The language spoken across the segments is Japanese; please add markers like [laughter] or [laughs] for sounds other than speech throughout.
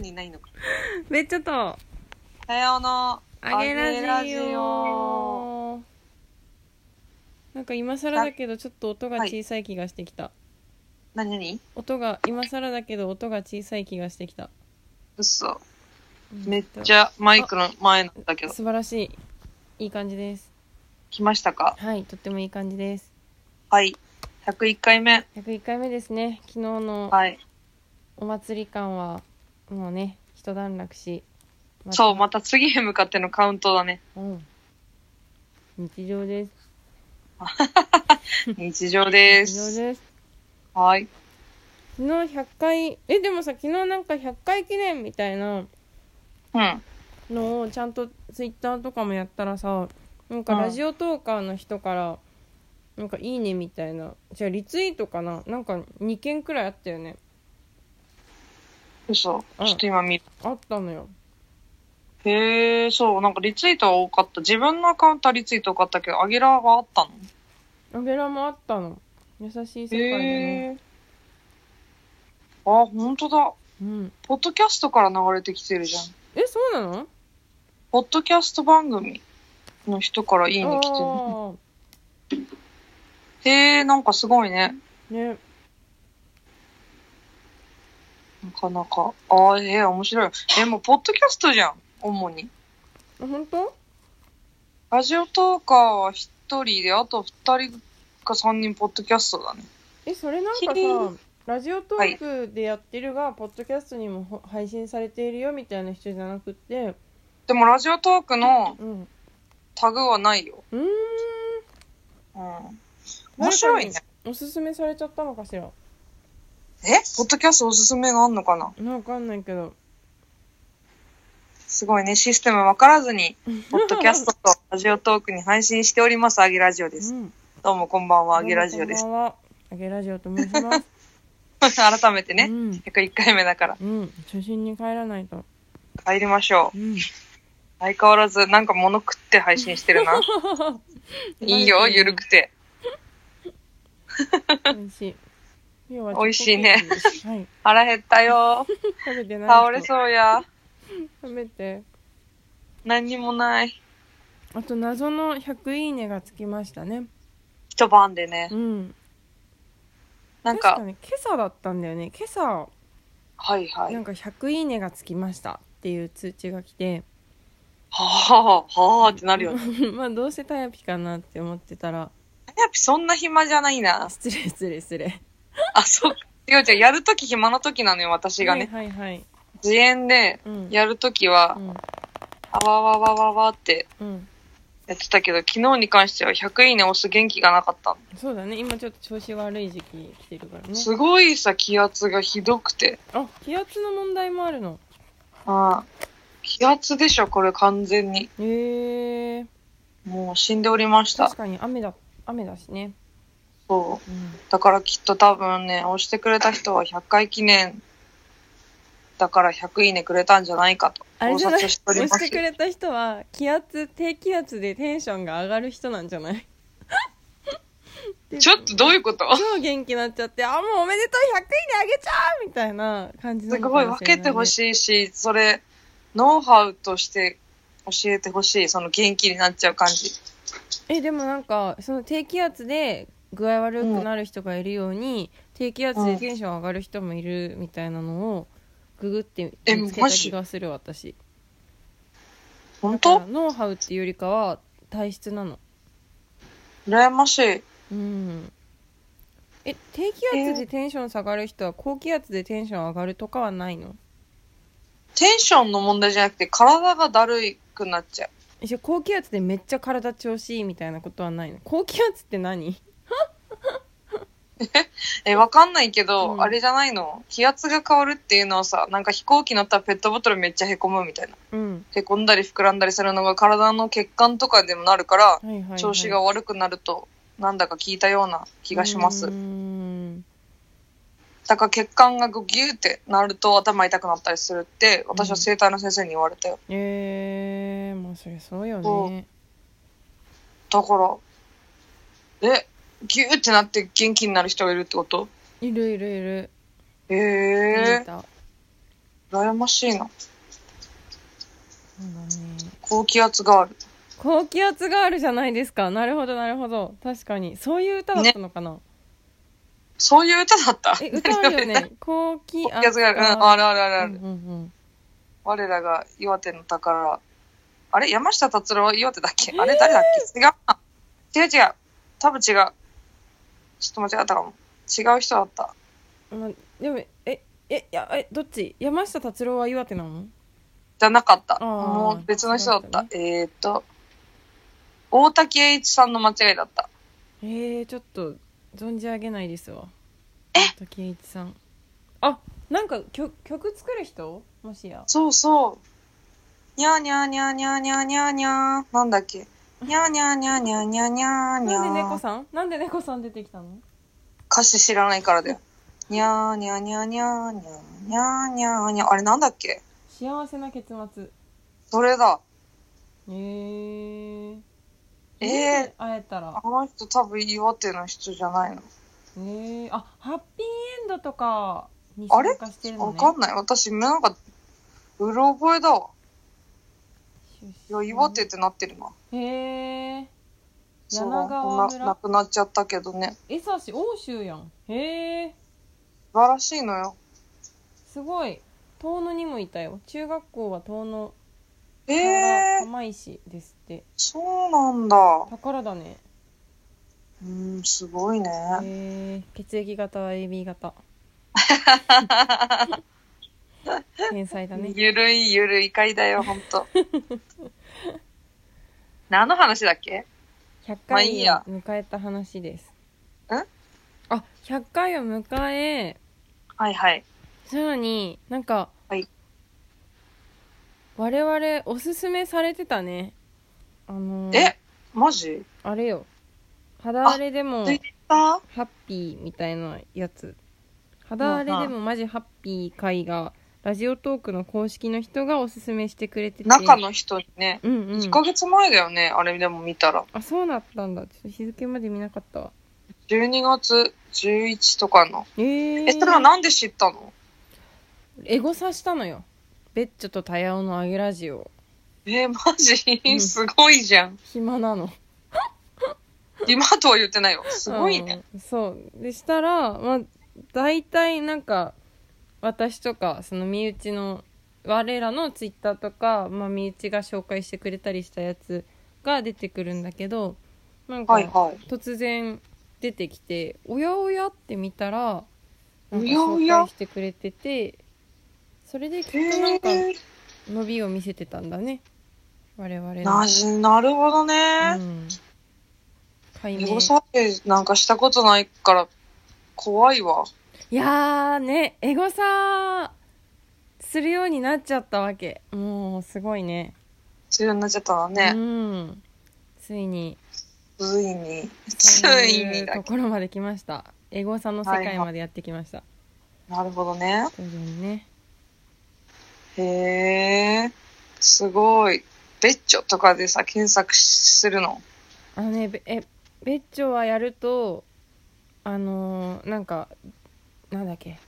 にないのか。めっちゃと、さようなあげラジあげラジオオ。なんか今更だけど、ちょっと音が小さい気がしてきた。なになに音が、今更だけど、音が小さい気がしてきた。嘘。めっちゃ。ゃマイクの前なんだけど。素晴らしい。いい感じです。来ましたかはい、とってもいい感じです。はい。101回目。 101回目ですね。昨日のはい。お祭り感は、もうね、一段落し。またそう、また次へ向かってのカウントだね。うん。日常です。日常で日常す。です。はい。昨日100回、え、でもさ、昨日なんか100回記念みたいな、うん。のをちゃんとツイッターとかもやったらさなんかうんラジオトーカーの人から「なんかいいね」みたいなじゃあリツイートかななんか2件くらいあったよね嘘。うんちょっと今見る。あったのよへえ、そう、なんかリツイートは多かった。自分のアカウントはリツイート多かったけど、アゲラがあったのアゲラもあったの優しい世界だねへえ。あ、ほんとだ。うんポッドキャストから流れてきてるじゃん。えそうなのポッドキャスト番組の人からいいあね来てる。ーへえ、なんかすごいね。ねなかなか。ああ、ええ面白い。え、もうポッドキャストじゃん。主に。あ本当ラジオトーカーは一人で、あと二人か三人ポッドキャストだね。えそれなんかキリンさラジオトークでやってるが、ポッドキャストにもほ配信されているよみたいな人じゃなくってでもラジオトークのうんうタグはないよ。ーんうん。面白いね誰。かにおすすめされちゃったのかしらえポッドキャストおすすめがあんのかなわかんないけど。すごいね。システムわからずに、ポッドキャストとラジオトークに配信しております。アゲラジオでうす。ん。どうもこんばんは、アゲラジオですこ。んばんは。あげラジオと申します。 [laughs] 改めてうね、ん。 101回目だからうん。初心に帰らないと。帰りましょう。 [laughs] うん。相変わらずなんか物食って配信して [laughs] るな。いいよ、ゆるくて。美味しい。美美味しいね。はい。腹減ったよ。食べてない人。倒れそうや。食べて。何にもない。あと、謎の100いいねがつきましたね。一晩でねう。ん。なん確かか、ね、今朝だったんだよね。今朝、はいはないん。か100いいねがつきましたっていう通知が来て。はあ、はあってなるよね。 [laughs] まあ、どうせタヤピかなって思ってたら。やっぱそんな暇じゃないな。失礼、失礼、失礼。あ、そう。違う違う、やるとき暇のときなのよ、私がね。はいはいはい。自演で、うん。やるときうは、ん。あわわわわわってうん。やってたけど、昨日に関しては100いいね押す元気がなかった。そうだね。今ちょっと調子悪い時期に来てるからね。すごいさ、気圧がひどくて。あ、気圧の問題もあるの。ああ気圧でしょ、これ完全に。へえ。もう死んでおりました確。かに雨だ、雨だしね。そう。うん。だからきっと多分ね、押してくれた人は100回記念だから100いいねくれたんじゃないかと。あれじゃない考察押しておりますしてくれた人は、気圧、低気圧でテンションが上がる人なんじゃないちょっとどういうこと超元気になっちゃって、あ、もうおめでとう !100 位にあげちゃうみたいな感じすなのごいかも分しれなけてほいしいし、それ、ノウハウとして教えてほしい。その元気になっちゃう感じ。ね。え、でもなんか、その低気圧で具合悪くなる人がいるように、低気圧でテンション上がる人もいるみたいなのを、ググってえ見つけたマジ気がする私。本だか当らノウハウっていうよりかは体質なの羨ましい。うんえ低気圧でテンション下がる人は高気圧でテンション上がるとかはないのテンションの問題じゃなくて、体がだるいくなっちゃう。えじゃあ高気圧でめっちゃ体調子いいみたいなことはないの高気圧って何え、わかんないけど、うんあれじゃないの気圧が変わるっていうのはさ、なんか飛行機乗ったらペットボトルめっちゃ凹むみたいな。うん凹んだり膨らんだりするのが体の血管とかでもなるから、はいはい、はい、調子が悪くなると、なんだか効いたような気がします。うーんだから血管がこうギューってなると頭痛くなったりするって、私は整体の先生に言われたよ。えー、まあそりゃそうよねだから、え、ギューってなって元気になる人がいるってこといるいるいる、へ見ええー、た羨ましいな。そうだね高気圧がある。高気圧があるじゃないですかなるほどなるほど確かにそういう歌だったのかな、そういう歌だった。え歌あるよね高気 [laughs] 高圧気圧がある。うん、あるあるあるあうる。んうんうん我らが岩手の宝。あれ山下達郎は岩手だっけあれ誰だっけ、違うな違う違う。多分違う。ちょっと間違ったかも。違う人だった。までもええいやえどっち山下達郎は岩手なのじゃなかった。あーもう別の人だった。そうだっえーっと、大滝栄一さんの間違いだった。えー、ちょっと存じ上げないですわえ時計一さんあなんか曲曲作る人もしやそうそう。にゃーにゃーにゃーにゃーにゃーにゃーにゃー。なんだっけにゃーにゃーにゃーにゃーにゃーにゃーにゃなー。んで猫さんなんで猫さん出てきたの歌詞知らないからだよ。にゃーにゃーにゃーにゃーにゃーにゃーにゃーにゃー。あれなんだっけ幸せな結末それだ。えー、ええー会えたらあの人多分岩手の人じゃないの。えー、あハッピーエンドとかにあれ参加してるのわねかんない。私、なんか、うろ覚えだわ。い出や、身岩手ってなってるな。へえそう柳川な、村なくなっちゃったけどね。江差し欧州やんへえ素晴らしいのよ。すごい遠野にもいたよ中学校は遠野えからえー、釜石ですってそうなんだ。宝だねうん、すごいね。へえ血液型は AB 型 [laughs] 天才だねゆるいゆるい回だよ、ほんと。何の話だっけ100まあいい回をや迎えた話ですんあ100回を迎えはいはい。さらになんか、はい我々おすすめされてたねあのーえマジあれよ肌荒れでもツイッターハッピーみたいなやつ肌荒れでもマジハッピー会がラジオトークの公式の人がおすすめしてくれてて中の人にね。うんうん1ヶ月前だよね、あれでも見たら。あそうだったんだちょっと日付まで見なかったわ12月11とかの。えー、え、それはなんで知ったのエゴサしたのよベッチョとタヤオのあげラジオえーマジ、うんすごいじゃん。暇なの今とは言ってないよ。すごいね。うんそうでしたらまあ大体なんか私とかその身内の我らのツイッターとか、まあ、身内が紹介してくれたりしたやつが出てくるんだけどなんはいかはい。突然出てきて「おやおや?」って見たらなんかおやおや紹介してくれててそれできっとなんかえー伸びを見せてたんだね我々なの。じ、なるほどうね。ん解エ明ゴサーチなんかしたことないから、怖いわ。いやーねエゴサするようになっちゃったわけもうすごいね強になっちゃったのうね。んついについに。つそういいにうだとけ。ころまで来ましたエゴサの世はい界はいまでやってきました、なるほどね。徐々にねへえ。すごい。ベッチョとかでさ、検索するの。あのねべえベッチョはやるとあのーなんかなんだっけ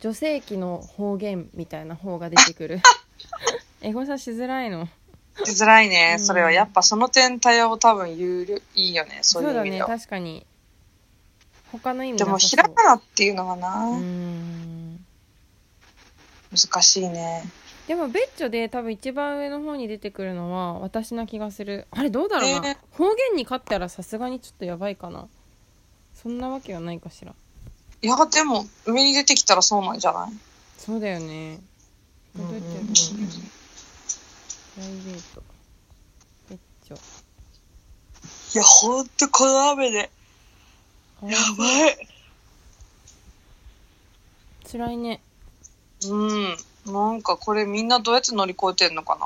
女性器の方言みたいな方が出て [laughs] くるエゴサしづらいのしづらいね、うんそれは。やっぱその点対応多分有料いいよね、そそうういうだ意味ねでは。確かに他の意味でも、なさひそうらがなっていうのがな、うーん難しいね。でもベッチョで多分一番上の方に出てくるのは私な気がするあれどうだろうな、えー方言に勝ったらさすがにちょっとやばいかなそんなわけはないかしらいや、でも、上に出てきたらそうなんじゃないそうだよねどうやってやるのプライベートベッチョいや、ほんとこの雨で、あやばい。辛いねうん。なんかこれみんなどうやって乗り越えてんのか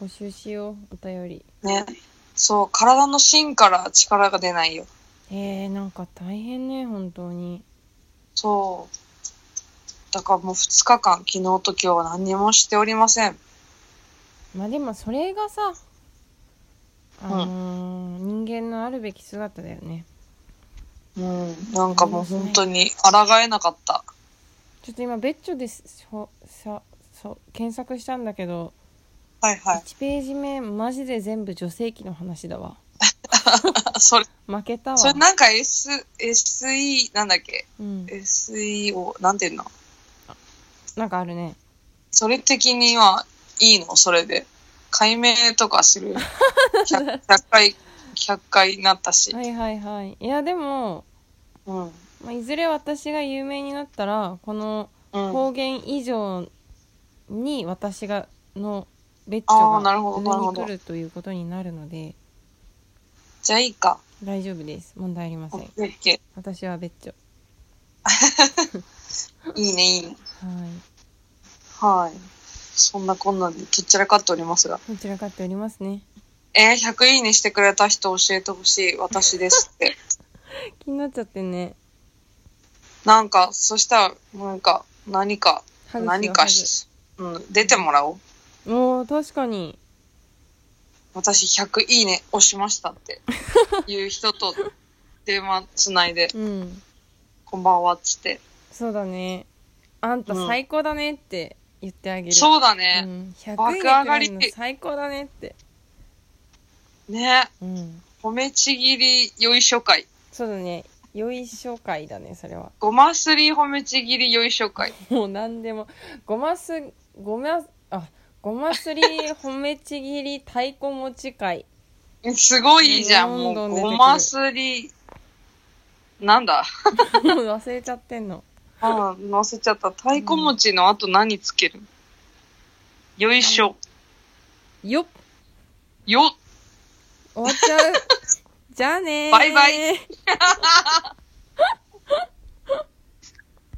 募集しようお便りなね。そう、体の芯から力が出ないよ。えー、なんか大変ね本当にそう。だからもう2日間、昨日と今日は何もしておりません。まあでもそれがさあのー人間のあるべき姿だよねうん、なんかもう本当に抗えなかった。ちょっと今別所でしょさそう検索したんだけど、はいはい。 1ページ目マジで全部女性器の話だわあ [laughs] それ、負けたわそれなんか S、SE、なんだっけうん ?SE を、なんていうのなんかあるねそれ的にはいいのそれで。解明とかす [laughs] る。100, 100回、100回になったし。はいはいはいいやでも、うん。まあ、いずれ私が有名になったらこのうん。方言以上に私がの別あ所ーながるほどなる上ほにど来るということになるのでじゃあいいか。大丈夫です問題ありませオんッケーオッケ私は別所ーいいね、いいね。はいはい。そんなこんなんで、とっちらかっておりますが。どちらかっておりますねえー、100いいねしてくれた人教えてほしい。私です [laughs] って。気になっちゃってねなんか、そしたら、なんか、何か、ハグしよう何かし、うん、出てもらおう。ハグおー確かに私100いいね押しましたっていう人と電話つないで、 [laughs] うんこんばんはっつって。そうだねあんたうん最高だねって言ってあげるそうだうね。ん、100爆位上がりに来るの最高だねって、ね。うん、褒めちぎりよいしょ会。そうだねよいしょ会だねそれはごますり褒めちぎりよいしょ会。もう何でもごますごまあごますり褒めちぎり太鼓持ち会すごいじゃん。もう、どんどん出てくるごますり、なんだもう [laughs] 忘れちゃってんのああ、載せちゃった。太鼓持ちの後何つける、よいしょ。よっよっ [laughs] 終わっちゃうじゃあねーバイバイ